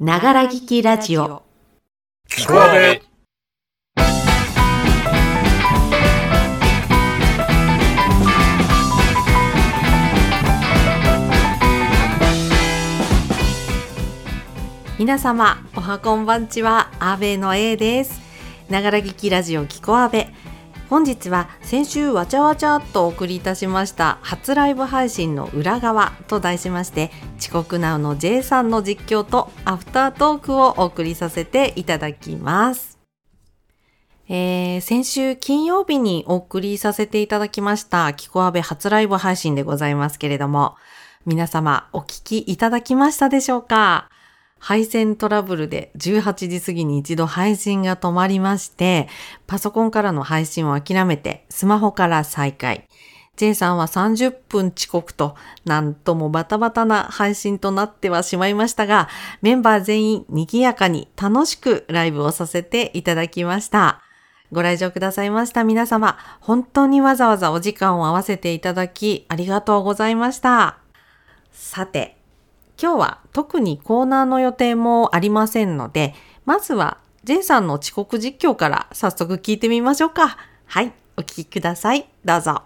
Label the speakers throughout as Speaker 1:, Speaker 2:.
Speaker 1: ながら聞きラジオ。
Speaker 2: 聞こえ
Speaker 1: 皆様、おはこんばんちは、阿部の A です。ながら聞きラジオ、キコ阿部。本日は先週わちゃわちゃっとお送りいたしました初ライブ配信の裏側と題しまして遅刻なうの J さんの実況とアフタートークをお送りさせていただきます。えー先週金曜日にお送りさせていただきましたキコアベ初ライブ配信でございますけれども皆様お聞きいただきましたでしょうか配線トラブルで18時過ぎに一度配信が止まりまして、パソコンからの配信を諦めて、スマホから再開。J さんは30分遅刻と、なんともバタバタな配信となってはしまいましたが、メンバー全員賑やかに楽しくライブをさせていただきました。ご来場くださいました皆様、本当にわざわざお時間を合わせていただき、ありがとうございました。さて、今日は特にコーナーの予定もありませんので、まずは J さんの遅刻実況から早速聞いてみましょうか。はい、お聞きください。どうぞ。
Speaker 3: は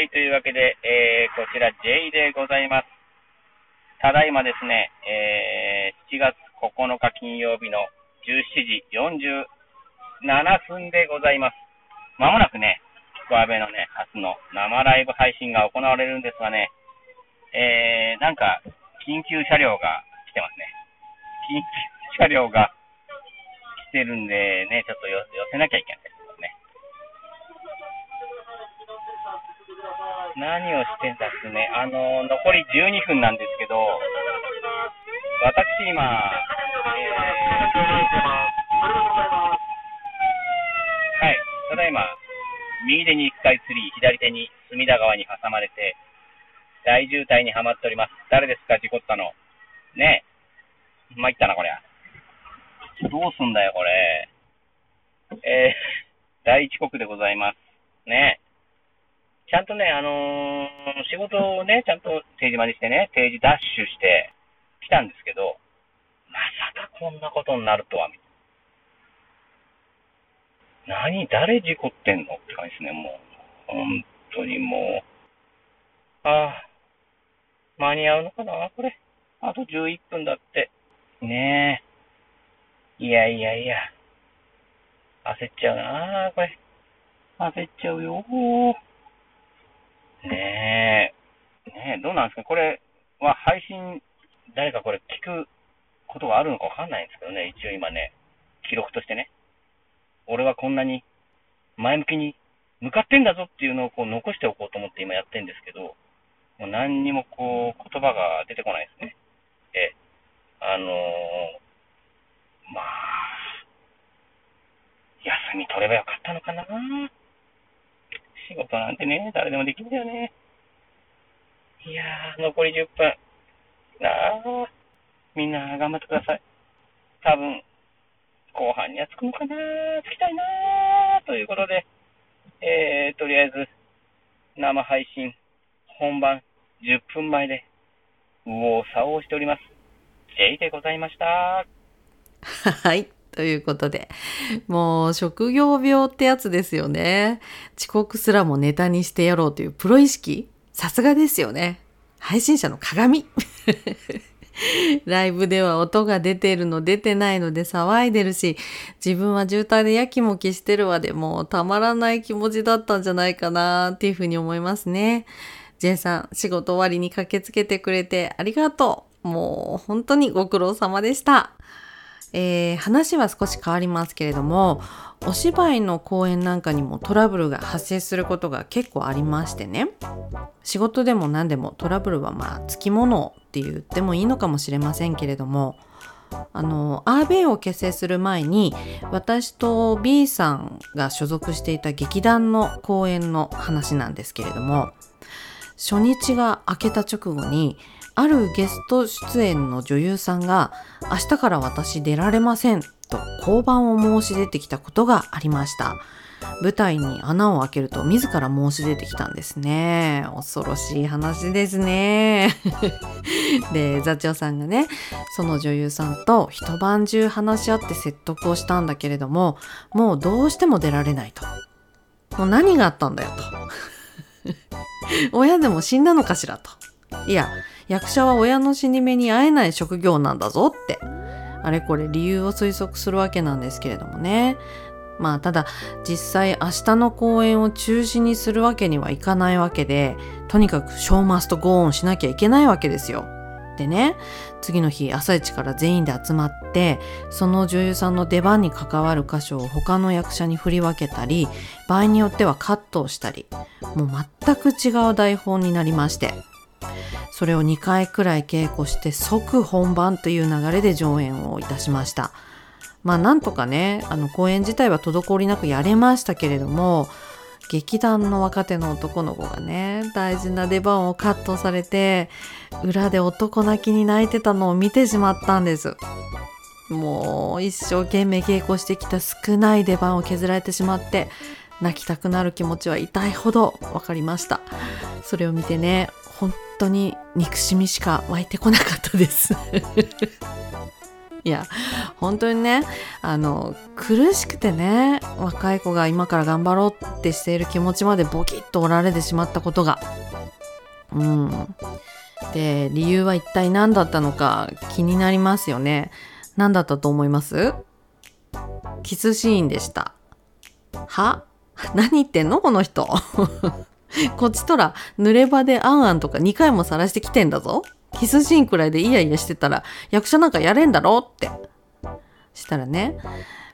Speaker 3: い、というわけで、えー、こちら J でございます。ただいまですね、えー、7月9日金曜日の17時47分でございます。まもなくね、スコアベのね、初の生ライブ配信が行われるんですがね、えー、なんか、緊急車両が来てますね。緊急車両が来てるんでね、ちょっと寄寄せなきゃいけないですね。何をしてんだっすね、あの残り12分なんですけど、私、今、えーはい、ただいま、右手に1回釣り、左手に隅田川に挟まれて、大渋滞にはまっております。誰ですか、事故ったの。ねえ、参ったな、こりゃ。どうすんだよ、これ。えー、第一刻でございます。ねえ。ちゃんとね、あのー仕事をね、ちゃんと定時までしてね、定時ダッシュして来たんですけど、まさかこんなことになるとは、みたいな。何、誰事故ってんのって感じですね、もう。本当にもう。ああ、間に合うのかな、これ。あと11分だって。ねえ。いやいやいや。焦っちゃうな、これ。焦っちゃうよねえ、ねえ、どうなんですか、これは配信、誰かこれ、聞くことがあるのかわかんないんですけどね、一応今ね、記録としてね、俺はこんなに前向きに向かってんだぞっていうのをこう残しておこうと思って今やってるんですけど、もう何にもこう言葉が出てこないですね。ええ、あのーまあ、休み取ればよかったのかな。仕事なんてね、誰でもできるんだよね。いやー、残り10分。なあ、みんな頑張ってください。多分、後半には着くのかな着きたいなーということで、えー、とりあえず、生配信、本番、10分前で、右往左往しております。J でございました。
Speaker 1: はい。ということで、もう職業病ってやつですよね。遅刻すらもネタにしてやろうというプロ意識、さすがですよね。配信者の鏡。 ライブでは音が出てるの出てないので騒いでるし、自分は渋滞でやきもきしてるわでもうたまらない気持ちだったんじゃないかなっていうふうに思いますね。J さん、仕事終わりに駆けつけてくれてありがとう。もう本当にご苦労様でした。えー話は少し変わりますけれどもお芝居の公演なんかにもトラブルが発生することが結構ありましてね仕事でも何でもトラブルはまあつきものって言ってもいいのかもしれませんけれどもあのアーベイを結成する前に私と B さんが所属していた劇団の公演の話なんですけれども初日が明けた直後にあるゲスト出演の女優さんが明日から私出られませんと降板を申し出てきたことがありました舞台に穴を開けると自ら申し出てきたんですね恐ろしい話ですね で座長さんがねその女優さんと一晩中話し合って説得をしたんだけれどももうどうしても出られないともう何があったんだよと 親でも死んだのかしらといや役者は親の死に目に会えない職業なんだぞってあれこれ理由を推測するわけなんですけれどもねまあただ実際明日の公演を中止にするわけにはいかないわけでとにかくショーマストゴーンしなきゃいけないわけですよ。でね次の日朝一から全員で集まってその女優さんの出番に関わる箇所を他の役者に振り分けたり場合によってはカットをしたりもう全く違う台本になりましてそれを2回くらい稽古して即本番という流れで上演をいたしましたまあなんとかねあの公演自体は滞りなくやれましたけれども劇団の若手の男の子がね大事な出番をカットされて裏で男泣きに泣いてたのを見てしまったんですもう一生懸命稽古してきた少ない出番を削られてしまって泣きたくなる気持ちは痛いほど分かりましたそれを見てね本当に憎しみしか湧いてこなかったです いや本当にねあの苦しくてね若い子が今から頑張ろうってしている気持ちまでボキッとおられてしまったことがうんで理由は一体何だったのか気になりますよね何だったと思いますキスシーンでしたは 何言ってんのこの人 こっちとら濡れ場であんあんとか2回も晒してきてんだぞキスシーンくらいでイヤイヤしてたら役者なんかやれんだろってしたらね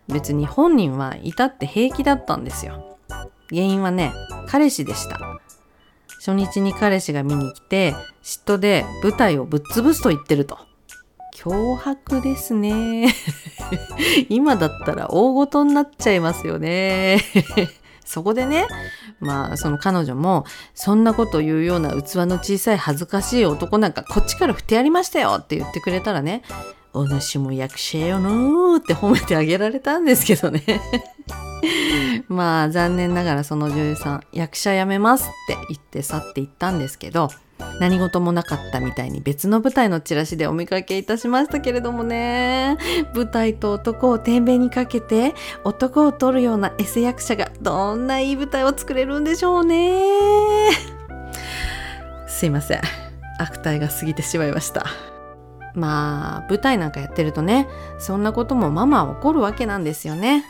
Speaker 1: 別に本人は至って平気だったんですよ原因はね彼氏でした初日に彼氏が見に来て嫉妬で舞台をぶっ潰すと言ってると脅迫ですね 今だったら大ごとになっちゃいますよね そこでねまあその彼女もそんなこと言うような器の小さい恥ずかしい男なんかこっちから振ってやりましたよって言ってくれたらねお主も役者よのーって褒めてあげられたんですけどね まあ残念ながらその女優さん役者辞めますって言って去っていったんですけど何事もなかったみたいに別の舞台のチラシでお見かけいたしましたけれどもね舞台と男を天秤にかけて男を取るようなエセ役者がどんないい舞台を作れるんでしょうねすいません悪態が過ぎてしまいましたまあ舞台なんかやってるとねそんなこともまま起こるわけなんですよね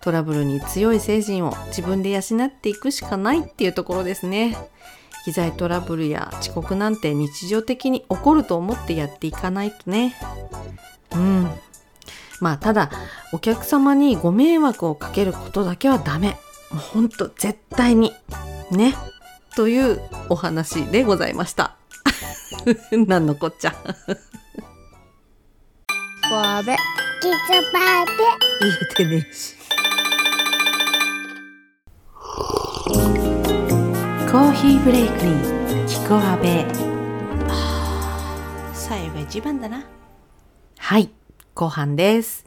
Speaker 1: トラブルに強い精神を自分で養っていくしかないっていうところですね機材トラブルや遅刻なんて日常的に起こると思ってやっていかないとねうんまあただお客様にご迷惑をかけることだけはダメもうほんと絶対にねというお話でございました なんのこっちゃ
Speaker 4: こべキスパーテ
Speaker 1: 言えてねえしコーヒーブレイクにキコアベ最後一番だなはい後半です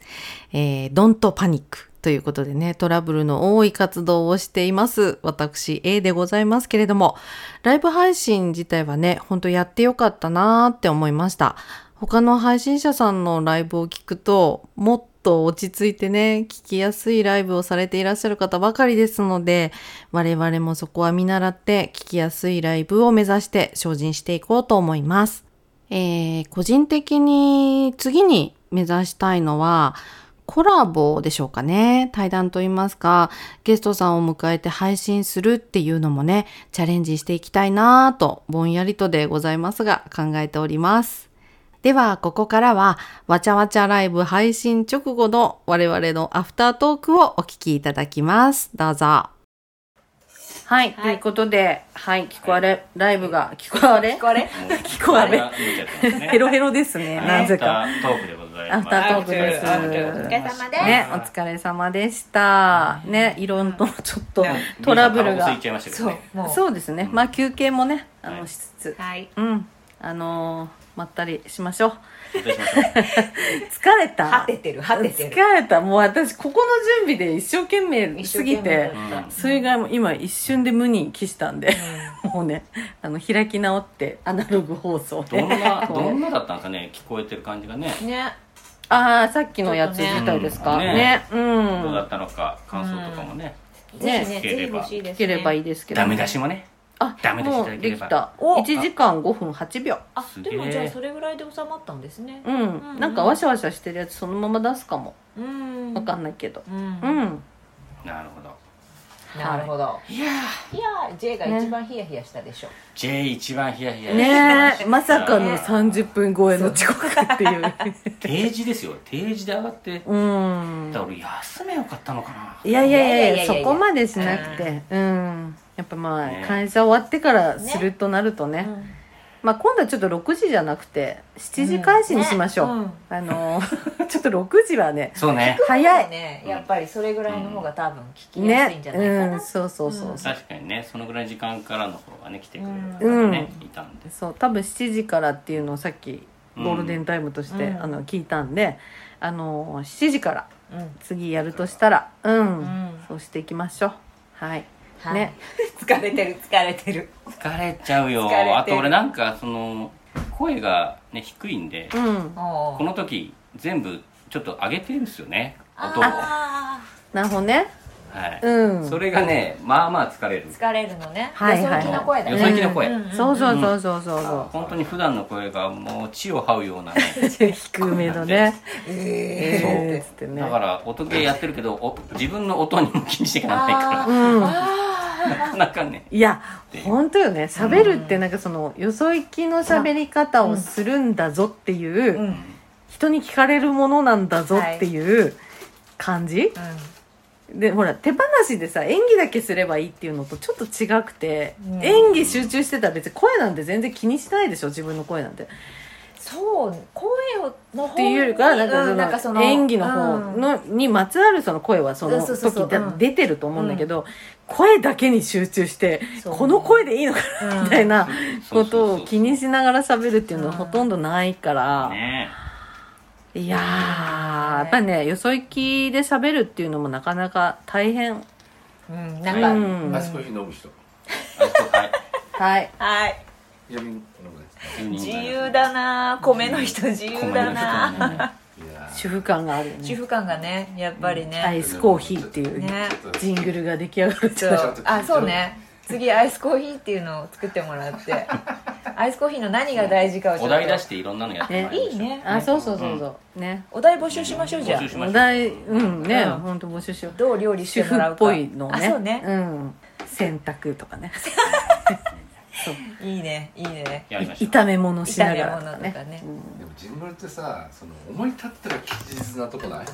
Speaker 1: えー、ドントパニックということでね、トラブルの多い活動をしています。私 A でございますけれども、ライブ配信自体はね、ほんとやってよかったなーって思いました。他の配信者さんのライブを聞くと、もっと落ち着いてね、聞きやすいライブをされていらっしゃる方ばかりですので、我々もそこは見習って、聞きやすいライブを目指して精進していこうと思います。えー、個人的に次に目指したいのは、コラボでしょうかね。対談といいますか、ゲストさんを迎えて配信するっていうのもね、チャレンジしていきたいなぁと、ぼんやりとでございますが、考えております。では、ここからは、わちゃわちゃライブ配信直後の我々のアフタートークをお聞きいただきます。どうぞ。はい、ということで、はい、聞こえれ、ライブが、聞こえれ聞こえれ聞こえれ
Speaker 2: 抜けてますね
Speaker 1: ヘロヘロですね、 なぜか。
Speaker 2: アフタートークでございます。
Speaker 1: アフタートークです。
Speaker 5: アフタートークお疲れ
Speaker 4: 様です
Speaker 1: ね、お疲れ様でした。ね、いろんなちょっと
Speaker 5: ね
Speaker 1: トラブル
Speaker 2: つ
Speaker 1: が
Speaker 2: い。ちゃいましたけどね。
Speaker 5: もう
Speaker 1: そうですね。まあ休憩もね、あ
Speaker 2: は
Speaker 1: の
Speaker 2: い
Speaker 1: しつつ、
Speaker 4: はい
Speaker 1: うん、あのーまったりしましょう。
Speaker 2: どうしましょう。
Speaker 1: 疲れた
Speaker 5: 果ててる果てて
Speaker 1: 疲
Speaker 5: る
Speaker 1: れたもう私ここの準備で一生懸命
Speaker 5: 一生
Speaker 1: す
Speaker 5: 懸
Speaker 1: ぎ
Speaker 5: 命
Speaker 1: て
Speaker 5: だった
Speaker 1: それがもう今一瞬で無に帰したんで、 もうねあの開き直ってアナログ放送
Speaker 2: どん
Speaker 1: で
Speaker 2: な、どんなだったんですかね、聞こえてる感じがね。
Speaker 5: ね
Speaker 1: ああさっきのやつ自体ですか
Speaker 2: ちょっと
Speaker 1: ね
Speaker 2: ね
Speaker 1: う
Speaker 2: どうだ
Speaker 1: ん
Speaker 2: ったのか、感想とかもね。
Speaker 5: ぜ
Speaker 1: ね
Speaker 5: ひね
Speaker 2: 聞け
Speaker 5: ぜひ
Speaker 2: れば
Speaker 5: 欲しいですね
Speaker 1: 聞ければいいですけど、
Speaker 2: ダメ出しもね。
Speaker 1: あ
Speaker 2: ダメ出し
Speaker 1: も
Speaker 2: いうただけ
Speaker 1: で
Speaker 2: れ
Speaker 1: き
Speaker 2: ば
Speaker 1: た
Speaker 5: お
Speaker 1: 1時間5分8秒
Speaker 5: あ
Speaker 2: すげ
Speaker 5: で
Speaker 2: え
Speaker 5: もじゃあそれぐらいで収まったんですね
Speaker 1: うん、
Speaker 5: ん
Speaker 1: なんかわしゃわしゃしてるやつそのまま出すかも
Speaker 5: うん
Speaker 1: わかんないけど
Speaker 5: うん
Speaker 1: うん、
Speaker 2: なるほど。
Speaker 5: なるほど
Speaker 2: いやー、
Speaker 5: いやー J が一番ヒヤヒヤしたでしょ
Speaker 2: J 一番ヒヤヒヤ
Speaker 1: ねえまさかの30
Speaker 2: 30
Speaker 1: 分超えの遅刻っていう
Speaker 2: 定時ですよ定時で上がっ て
Speaker 1: うん
Speaker 2: だから俺休めよかったのかない
Speaker 1: やいやいやいや
Speaker 5: いやいやいや
Speaker 1: そ
Speaker 5: いや
Speaker 1: こまでしなくてうんやっぱまあ、
Speaker 2: ね
Speaker 1: 会社終わってからするとなるとね
Speaker 5: うん
Speaker 1: まあ今度はちょっと6時じゃなくて7時開始にしましょう、
Speaker 5: ねうん
Speaker 1: あのー ちょっと6時はね
Speaker 2: そうね
Speaker 1: 早い
Speaker 5: ねやっぱりそれぐらいの方が多分聞きやすいん
Speaker 1: ね
Speaker 5: じゃないか
Speaker 1: うん
Speaker 5: な
Speaker 1: そうそうそうそう、
Speaker 2: 確かにねそのぐらい時間からの方がね来てくれる方
Speaker 1: う
Speaker 2: が
Speaker 1: ん
Speaker 2: ね、いたんです
Speaker 1: そう多分7時からっていうのをさっき
Speaker 2: うん
Speaker 1: ゴールデンタイムとして、
Speaker 5: うん
Speaker 1: あの聞いたんであのー7時から
Speaker 5: うん
Speaker 1: 次やるとしたらうん、
Speaker 5: うん
Speaker 1: そうしていきましょうはい、
Speaker 5: はい
Speaker 1: ね
Speaker 5: 疲れてる疲れてる
Speaker 2: 疲れちゃうよ
Speaker 5: 疲れてる
Speaker 2: あと俺なんかその声がね低いんで、
Speaker 1: うん
Speaker 5: お
Speaker 2: こ
Speaker 5: ー
Speaker 2: の時全部ちょっと上げてるんですよね音をは
Speaker 5: あ
Speaker 1: なるほどね
Speaker 2: い、
Speaker 1: うん
Speaker 2: それがねまあまあ疲れる
Speaker 5: ー疲れるのね
Speaker 1: はいはい
Speaker 5: よそ行きの声だ
Speaker 2: よそ行きの声、
Speaker 5: うんうん
Speaker 1: そうそうそうそうそうそう、
Speaker 2: 本当に普段の声がもう地を這うようなね
Speaker 1: 低めのね
Speaker 5: え
Speaker 1: えーっつってね
Speaker 2: だから音系やってるけどお自分の音にも気にしていかないから
Speaker 1: うん
Speaker 2: なかなかね
Speaker 1: いや本当よね喋るってなんかそのよそ行きの喋り方をするんだぞっていう、
Speaker 5: うん
Speaker 1: 人に聞かれるものなんだぞっていう感じ、でほら手放しでさ演技だけすればいいっていうのとちょっと違くて、
Speaker 5: うん
Speaker 1: 演技集中してたら別に声なんて全然気にしないでしょ自分の声なんて。
Speaker 5: そう声をの方
Speaker 1: っていうよりかはなんかその,、
Speaker 5: う
Speaker 1: 演技の方
Speaker 5: うん
Speaker 1: の、にまつわるその声はその
Speaker 5: そうそうそう
Speaker 1: 時だ
Speaker 5: うん
Speaker 1: 出てると思うんだけど、声だけに集中して、
Speaker 5: そう
Speaker 1: この声でいいのかなみたいな
Speaker 2: そう
Speaker 1: こ
Speaker 2: そう
Speaker 1: と
Speaker 2: そう
Speaker 1: を気にしながら喋るっていうのは
Speaker 5: うん
Speaker 1: ほとんどないから、
Speaker 2: ね
Speaker 1: いやーやっぱりねよそ行きで喋るっていうのもなかなか大変
Speaker 5: うんな
Speaker 1: うん
Speaker 5: か、
Speaker 1: ん
Speaker 6: アイスコーヒー飲む人
Speaker 2: あそこはい
Speaker 1: はい
Speaker 5: はい
Speaker 6: 闇飲むね
Speaker 5: 自由だな米の人自由だな、
Speaker 6: いや
Speaker 1: 主婦感があるよ
Speaker 5: 主
Speaker 1: ね
Speaker 5: 婦感がねやっぱり
Speaker 1: アイ
Speaker 5: ね、
Speaker 1: スコーヒーっていう
Speaker 5: ね
Speaker 6: ー
Speaker 1: ジングルが出来上がる
Speaker 5: そ
Speaker 1: じゃないう
Speaker 5: あそうね次アイスコーヒーっていうのを作ってもらって アイスコーヒーの何が大事かをちょ
Speaker 2: お
Speaker 5: っ
Speaker 2: 題出
Speaker 5: と
Speaker 2: していろんなのやってもらいましょう
Speaker 5: いいね
Speaker 1: あそうそうそうそうね
Speaker 5: お題募集しましょうじゃ
Speaker 2: 募集し
Speaker 5: あ
Speaker 2: ま
Speaker 1: お
Speaker 2: しょう
Speaker 1: 題うんね
Speaker 5: うん
Speaker 1: 本当募集しよう
Speaker 5: どう料理して
Speaker 1: 主婦
Speaker 5: もらう
Speaker 1: っ
Speaker 5: か
Speaker 1: ぽいのをね
Speaker 5: あそうね、
Speaker 1: うん洗濯とかね
Speaker 5: いいねいいね
Speaker 2: やりましょう
Speaker 1: 炒め物しながらとか
Speaker 5: 炒め物
Speaker 1: ね
Speaker 5: とかね
Speaker 6: でもジングルってさその思い立ったら吉日なとこない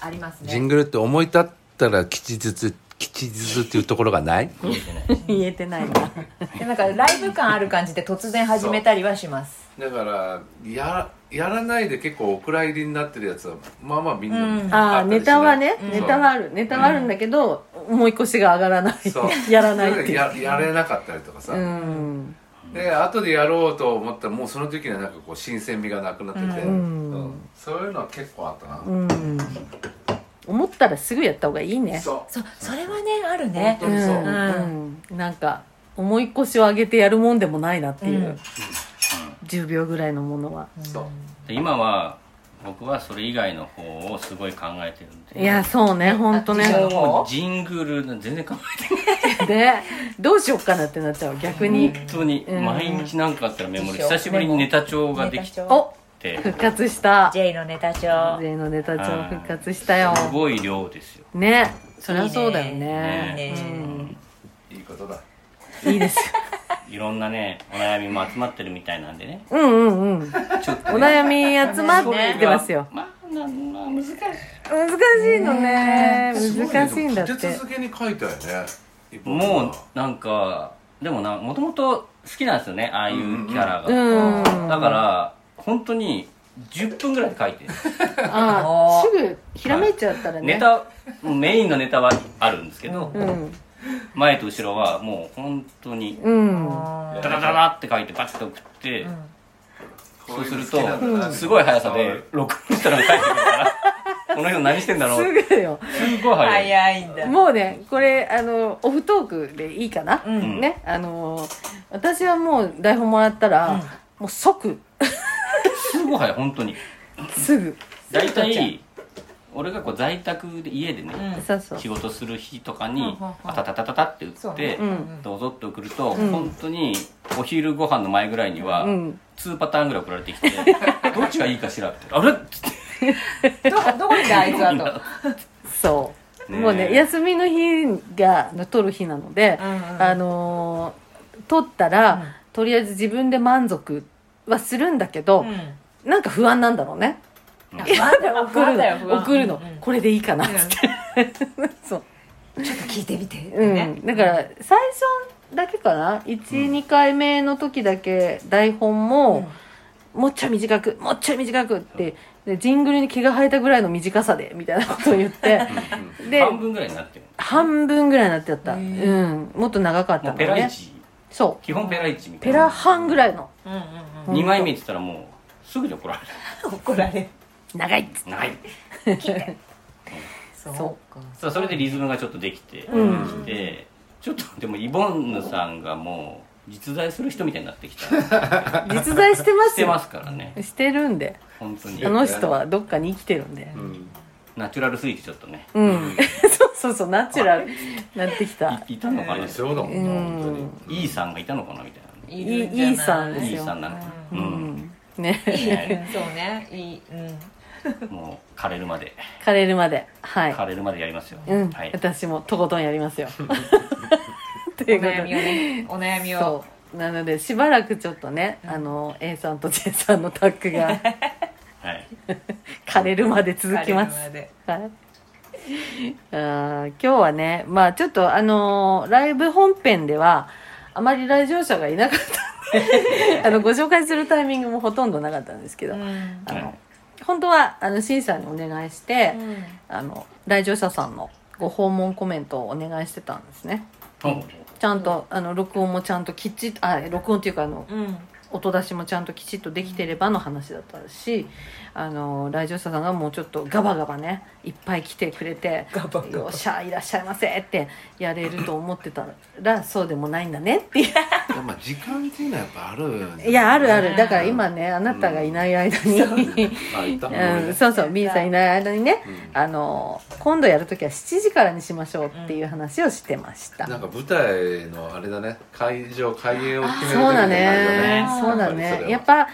Speaker 5: ありますね
Speaker 6: ジングルって思い立ったら吉日吉日っていうところがない
Speaker 1: 言えて ないな
Speaker 5: でなんかライブ感ある感じで突然始めたりはします
Speaker 6: だからややらないで結構お蔵入りになってるやつはまあまあみんな、
Speaker 5: うん
Speaker 1: ああ
Speaker 6: ったり
Speaker 1: ネ
Speaker 6: し
Speaker 1: タは
Speaker 6: ない
Speaker 1: ね
Speaker 6: そう
Speaker 1: ネタはあるネタはあるんだけど思い越しが上がらない
Speaker 6: そう
Speaker 1: やらないっていう
Speaker 6: ややれなかったりとかさ、
Speaker 1: うん
Speaker 6: で後でやろうと思ったらもうその時にはなんかこう新鮮味がなくなってて、
Speaker 1: ん
Speaker 6: うんそういうのは結構あったな、
Speaker 1: うん思ったらすぐやった方がいいね
Speaker 6: そう
Speaker 5: そうそれはねあるね
Speaker 6: 本当にそう、
Speaker 1: う
Speaker 6: うん
Speaker 1: んなんか思い越しを上げてやるもんでもないなっていう、
Speaker 5: うん
Speaker 1: 10秒ぐらいのものは、
Speaker 6: そう
Speaker 2: で今は僕はそれ以外の方をすごい考えてるんで
Speaker 1: いやそうね本当
Speaker 5: あ
Speaker 1: ね
Speaker 5: 自
Speaker 2: もうジングル全然考えてない
Speaker 1: でどうしようかなってなっちゃう逆に、
Speaker 2: 普通に
Speaker 1: うん
Speaker 2: 毎日なんかあったらメモる
Speaker 5: うん
Speaker 2: 久しぶりにネタ帳がで
Speaker 5: ネタ
Speaker 2: きて
Speaker 5: 帳
Speaker 1: お復活した
Speaker 5: ジェイのネタ帳
Speaker 1: J のネタ帳 復活したよ
Speaker 2: すごい量ですよ
Speaker 1: ねそりゃそうだよね
Speaker 5: いいね
Speaker 6: いいことだ
Speaker 1: うんいいですよ
Speaker 2: いろんなねお悩みも集まってるみたいなんでね
Speaker 1: うんうんうん
Speaker 2: ちょっと
Speaker 1: お悩み集まってきてますよ
Speaker 2: まあなまあ難しい
Speaker 1: 難しいのね難しいんだっ
Speaker 6: 立て
Speaker 1: て
Speaker 6: 続けに書いたよね一本
Speaker 2: もうなんかでもなもともと好きなんですよねああいうキャラが、
Speaker 1: うん
Speaker 2: だから本当に10分ぐらいで書いてる
Speaker 1: ああすぐひらめいちゃったらね
Speaker 2: ネタメインのネタはあるんですけど、
Speaker 1: うん
Speaker 2: 前と後ろはもう本当に
Speaker 1: うん
Speaker 2: ダダダダって書いてバッと送って、そうする
Speaker 6: こういうの好きなんだな
Speaker 2: と、すごい速さで、録音したのが帰ってくるから、 この人何してんだろう。
Speaker 1: すぐよ
Speaker 2: すごい速い。
Speaker 5: 早いんだ
Speaker 1: もうねこれあのオフトークでいいかな、
Speaker 5: うん
Speaker 1: ねあの私はもう台本もらったら、
Speaker 5: うん
Speaker 1: もう即
Speaker 2: すごい速い、本当に。
Speaker 1: すぐ
Speaker 2: 大
Speaker 1: すぐ撮っ
Speaker 2: 体、俺がこう在宅で、家でね、
Speaker 5: うん
Speaker 1: ちゃうそう
Speaker 2: 仕
Speaker 1: そう
Speaker 2: 事する日とか
Speaker 5: うんうんう
Speaker 2: に
Speaker 5: ん、
Speaker 2: あたたたたたって打
Speaker 5: そう
Speaker 2: っ
Speaker 5: ね
Speaker 2: て
Speaker 5: う、
Speaker 1: ん
Speaker 5: ん
Speaker 2: どうぞって送ると、
Speaker 1: うん
Speaker 2: 本当にお昼ご飯の前ぐらいには、
Speaker 1: うん
Speaker 2: 2パターンぐらい送られて きて、どっちがいいかしらって。あれ
Speaker 5: どどこにいたあいつはと
Speaker 1: そう、
Speaker 2: ねえ
Speaker 1: もうね休みの日が撮る日なので、
Speaker 5: うんうん
Speaker 1: あのー撮ったら、
Speaker 5: うん
Speaker 1: とりあえず自分で満足はするんだけど、
Speaker 5: う
Speaker 1: なんか不安なんだろうね
Speaker 5: ん不安だよ
Speaker 1: 送る
Speaker 5: 不安だよ不
Speaker 1: の
Speaker 5: 安
Speaker 1: 送るの、
Speaker 5: うんうん
Speaker 1: これでいいかな、そう
Speaker 5: ちょっと聞いてみて、
Speaker 1: うん、
Speaker 5: ね
Speaker 1: だから最初だけかな12、2回目の時だけ台本も、もうちょい短くもうちょい短くってでジングルに毛が生えたぐらいの短さでみたいなことを言 ってで
Speaker 2: 半分ぐらいになってる。
Speaker 1: 半分ぐらいになってやった、
Speaker 5: へ
Speaker 1: う
Speaker 5: ー
Speaker 1: ん、もっと長かった
Speaker 2: も
Speaker 1: の
Speaker 2: う
Speaker 1: ね
Speaker 2: ペライチ、
Speaker 1: そう
Speaker 2: 基本ペライチみた
Speaker 1: ペ
Speaker 2: い
Speaker 1: ラ
Speaker 2: な。
Speaker 1: 半ぐらいの
Speaker 5: うんうん
Speaker 1: うん
Speaker 2: 2枚目って言ったらもう、すぐに怒られ
Speaker 5: うん怒られる
Speaker 1: 長いっつ
Speaker 2: る。ない。
Speaker 5: そうか
Speaker 2: さあそれでリズムがちょっとできてき
Speaker 1: うん
Speaker 2: て、ちょっとでもイボンヌさんがもう実在する人みたいになってき た
Speaker 1: 実在してま
Speaker 2: し
Speaker 1: す
Speaker 2: て
Speaker 1: よ
Speaker 2: ますからね
Speaker 1: してるんで
Speaker 2: 本当に
Speaker 1: あの人はどっかに生きてるんで
Speaker 6: うん
Speaker 2: ナチュラルすぎてちょっとね
Speaker 1: うん そうそうそうナチュラルになってきた
Speaker 2: いいたのかな、
Speaker 6: いやそうだもんな本
Speaker 2: いいさんがいたのかなみたい
Speaker 5: い
Speaker 1: い
Speaker 5: る
Speaker 1: い
Speaker 5: んじ
Speaker 1: い
Speaker 5: ゃない
Speaker 1: いさん
Speaker 2: な、
Speaker 1: で
Speaker 2: い
Speaker 1: す
Speaker 2: いさ
Speaker 1: よ
Speaker 2: んなんかう、
Speaker 1: うんんね
Speaker 2: ね
Speaker 5: そうねいいうん
Speaker 2: もう枯れるまで
Speaker 1: 枯れるまではい
Speaker 2: 枯れるまでやりますよ、
Speaker 1: うん、
Speaker 2: はい
Speaker 1: 私もとことんやります よ と
Speaker 5: お
Speaker 1: いうこと
Speaker 5: 悩みを
Speaker 1: で
Speaker 5: ねお悩みを
Speaker 1: そうなのでしばらくちょっとね、あの A さんと J さんのタッグが
Speaker 2: はい、
Speaker 1: 枯れるまで続きます
Speaker 5: 彼の 前で
Speaker 1: はいあー今日はねまあちょっとあのーライブ本編ではあまり来場者がいなかったんであのご紹介するタイミングもほとんどなかったんですけど、
Speaker 5: うん
Speaker 1: あ
Speaker 2: は
Speaker 1: の
Speaker 2: い
Speaker 1: 本当はあの審査にお願いして、
Speaker 5: うん
Speaker 1: あの来場者さんのご訪問コメントをお願いしてたんですね
Speaker 2: うん
Speaker 1: ちゃんと、あの録音もちゃんときちっとあ録音っていうかあの
Speaker 5: うん
Speaker 1: 音出しもちゃんときちっとできてればの話だったしあの来場者さんがもうちょっとガバガバねいっぱい来てくれて「よっしゃいらっしゃいませ」ってやれると思ってたらそうでもないんだねっていう
Speaker 6: 当にでもまあ時間っていうのはやっぱあるんだよね
Speaker 1: いやあるあるだから今ねあなたがいない間に、
Speaker 6: あいた
Speaker 1: うん、そうそう B さんいない間にね、あの今度やる時は7時からにしましょうっていう話をしてました、
Speaker 6: なんか舞台のあれだね会場開演を決める
Speaker 1: そうだね
Speaker 6: 時の
Speaker 1: そう
Speaker 6: 感じ
Speaker 1: だねやっぱ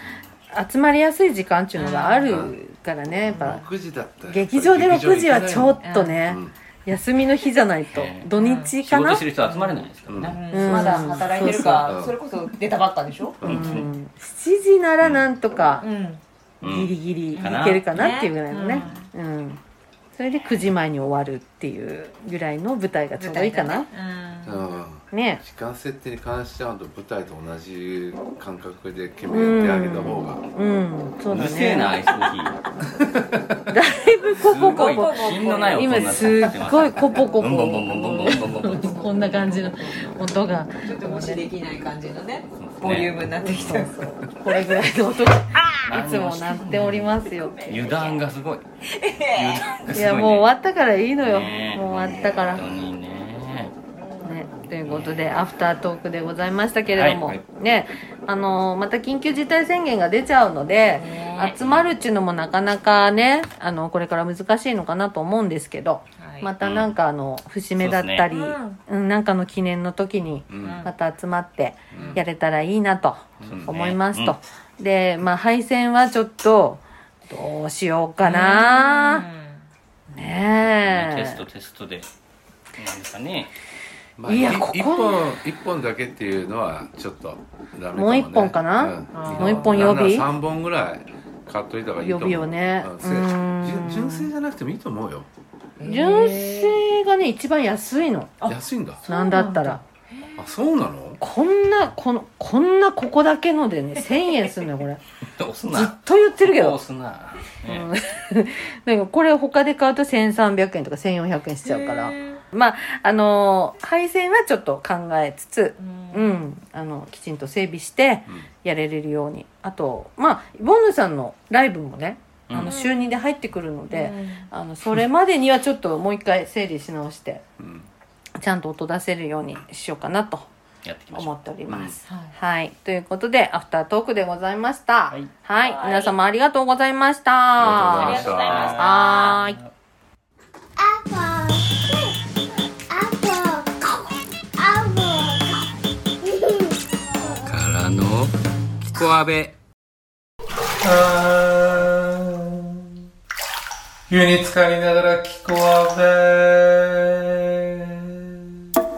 Speaker 1: 集まりやすい時間っていうのがあるからねやっ
Speaker 6: それは
Speaker 1: ぱ
Speaker 6: 6時だったよ
Speaker 1: 劇場で6時はちょっとね
Speaker 6: うん
Speaker 1: 休みの日じゃないと
Speaker 2: うん
Speaker 1: 土日
Speaker 2: 仕
Speaker 1: か
Speaker 2: 事
Speaker 1: な
Speaker 2: してる人集まれないですからね、
Speaker 1: うん
Speaker 5: まだ働いてるか
Speaker 6: そうそう
Speaker 5: それこそ出たばっかでしょ
Speaker 1: う
Speaker 2: うん
Speaker 1: ん7時ならなんとか
Speaker 5: うん
Speaker 2: うん
Speaker 1: ギリギリい
Speaker 2: かな
Speaker 1: けるかなっていうぐらいのねうんそれで9時前に終わるっていうぐらいの舞台がちょうどいいかな
Speaker 5: うん
Speaker 6: うん
Speaker 1: ね
Speaker 6: 時間設定に関しては舞台と同じ感覚で決めてあげた方が
Speaker 1: うんそう
Speaker 2: う
Speaker 1: だ
Speaker 2: るせえなア
Speaker 1: ね
Speaker 2: イスコーヒー
Speaker 1: だいぶコポ
Speaker 2: す
Speaker 1: コ
Speaker 2: ごい
Speaker 1: ポ
Speaker 2: 品のない音にな
Speaker 1: 今
Speaker 2: って
Speaker 1: すっごいコポコ
Speaker 2: ボンボンボンボンボン
Speaker 1: ポ
Speaker 2: ボンボンボンボン
Speaker 1: こんな感じの音が
Speaker 5: ちょっと無視できない感じのねボリュームになってきた
Speaker 1: これぐらいの音がいつも鳴っておりますよ
Speaker 2: 油断がすごい油断がすごい、ね、
Speaker 1: いやもう終わったからいいのよ、
Speaker 2: ねえ
Speaker 1: もう終わったから
Speaker 2: 本当
Speaker 1: ね
Speaker 2: にね
Speaker 1: ということでアフタートークでございましたけれども、
Speaker 2: はい
Speaker 1: ねあのーまた緊急事態宣言が出ちゃうので、集まるっていうのもなかなかねあのこれから難しいのかなと思うんですけど、またなんかあの節目だったり、
Speaker 5: そうです
Speaker 1: うん、なんかの記念の時に
Speaker 6: うん
Speaker 1: また集まってやれたらいいなと思います
Speaker 2: う
Speaker 1: と
Speaker 2: ん、
Speaker 1: でまあ配線はちょっとどうしようかな、ねえ
Speaker 2: テストテストでなんですかね
Speaker 6: まあ、
Speaker 1: い
Speaker 6: い
Speaker 1: や
Speaker 6: や
Speaker 1: ここ
Speaker 6: 一本一本だけっていうのはちょっとダメかも、ね、
Speaker 1: もう一本かな
Speaker 5: うん
Speaker 1: もう一本予備
Speaker 6: 3本ぐらい買っといた方がいいと思う
Speaker 1: 予備をね
Speaker 6: うん
Speaker 1: うーん
Speaker 6: 純純正じゃなくてもいいと思うよ
Speaker 1: 純正がね一番安いの
Speaker 5: あ
Speaker 6: 安いんだ
Speaker 1: なんだったら
Speaker 6: あそうなの
Speaker 1: こんなこのこんなここだけのでね1000円すんのよこれ
Speaker 2: 押す
Speaker 1: ずっ
Speaker 2: な。
Speaker 1: と言ってるけど
Speaker 2: 押すな。
Speaker 1: う
Speaker 2: ね
Speaker 1: ん なんかこれ他で買うと1300円とか1400円しちゃうからまああのー配線はちょっと考えつつう
Speaker 5: うん
Speaker 1: んあのきちんと整備して
Speaker 6: うん
Speaker 1: やれれるようにあとまあボンヌさんのライブもねあ
Speaker 2: う
Speaker 1: の
Speaker 2: ん
Speaker 1: 週2で入ってくるので、
Speaker 5: うん
Speaker 1: あのそれまでにはちょっともう一回整理し直して
Speaker 6: うん
Speaker 1: ちゃんと音出せるようにしようかなと
Speaker 2: やっていきましょ
Speaker 1: 思
Speaker 2: う。
Speaker 1: っております。
Speaker 5: はい
Speaker 1: はい。ということで、アフタートークでございました。は
Speaker 2: はいい。
Speaker 5: はい
Speaker 1: 皆様ありがとうございました。
Speaker 6: あ
Speaker 5: あり
Speaker 6: り
Speaker 5: が
Speaker 6: が
Speaker 5: と
Speaker 6: と
Speaker 5: う
Speaker 6: う
Speaker 5: ござ
Speaker 6: ご
Speaker 5: い
Speaker 6: ざい
Speaker 5: ま
Speaker 6: ま
Speaker 5: し
Speaker 6: したた
Speaker 1: はーい。
Speaker 4: アポアポアポ
Speaker 2: からの、キコアベ。
Speaker 7: 湯に浸かりながら聞こわべ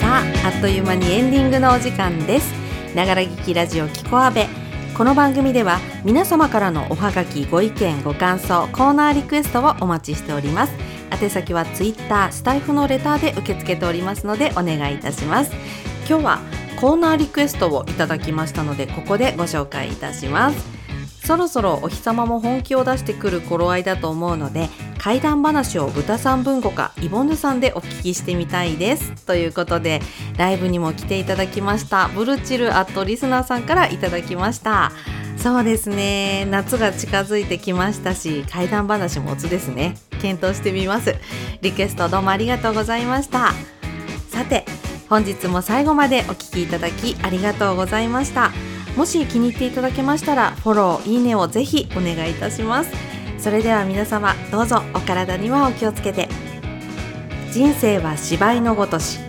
Speaker 1: さあ、あっという間にエンディングのお時間です。ながら聞きラジオキコアベ。この番組では皆様からのおはがき、ご意見、ご感想、コーナーリクエストをお待ちしております。宛先はツイッター、スタイフのレターで受け付けておりますのでお願いいたします。今日はコーナーリクエストをいただきましたのでここでご紹介いたします。そろそろお日様も本気を出してくる頃合いだと思うので怪談話を豚さん文庫かイボンヌさんでお聞きしてみたいですということでライブにも来ていただきましたブルチルアットリスナーさんからいただきましたそうですね夏が近づいてきましたし怪談話もおつですね検討してみますリクエストどうもありがとうございましたさて本日も最後までお聞きいただきありがとうございましたもし気に入っていただけましたらフォローいいねをぜひお願いいたしますそれでは皆様どうぞお体にはお気をつけて人生は芝居のごとし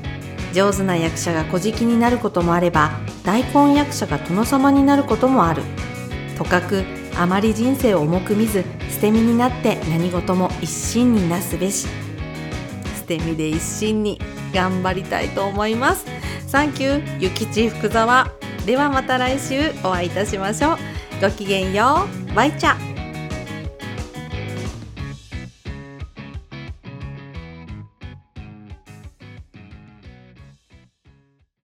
Speaker 1: 上手な役者が乞食になることもあれば大根役者が殿様になることもあるとかくあまり人生を重く見ず捨て身になって何事も一心になすべし捨て身で一心に頑張りたいと思いますサンキューゆきち福沢ではまた来週お会いいたしましょうごきげんようバイチャ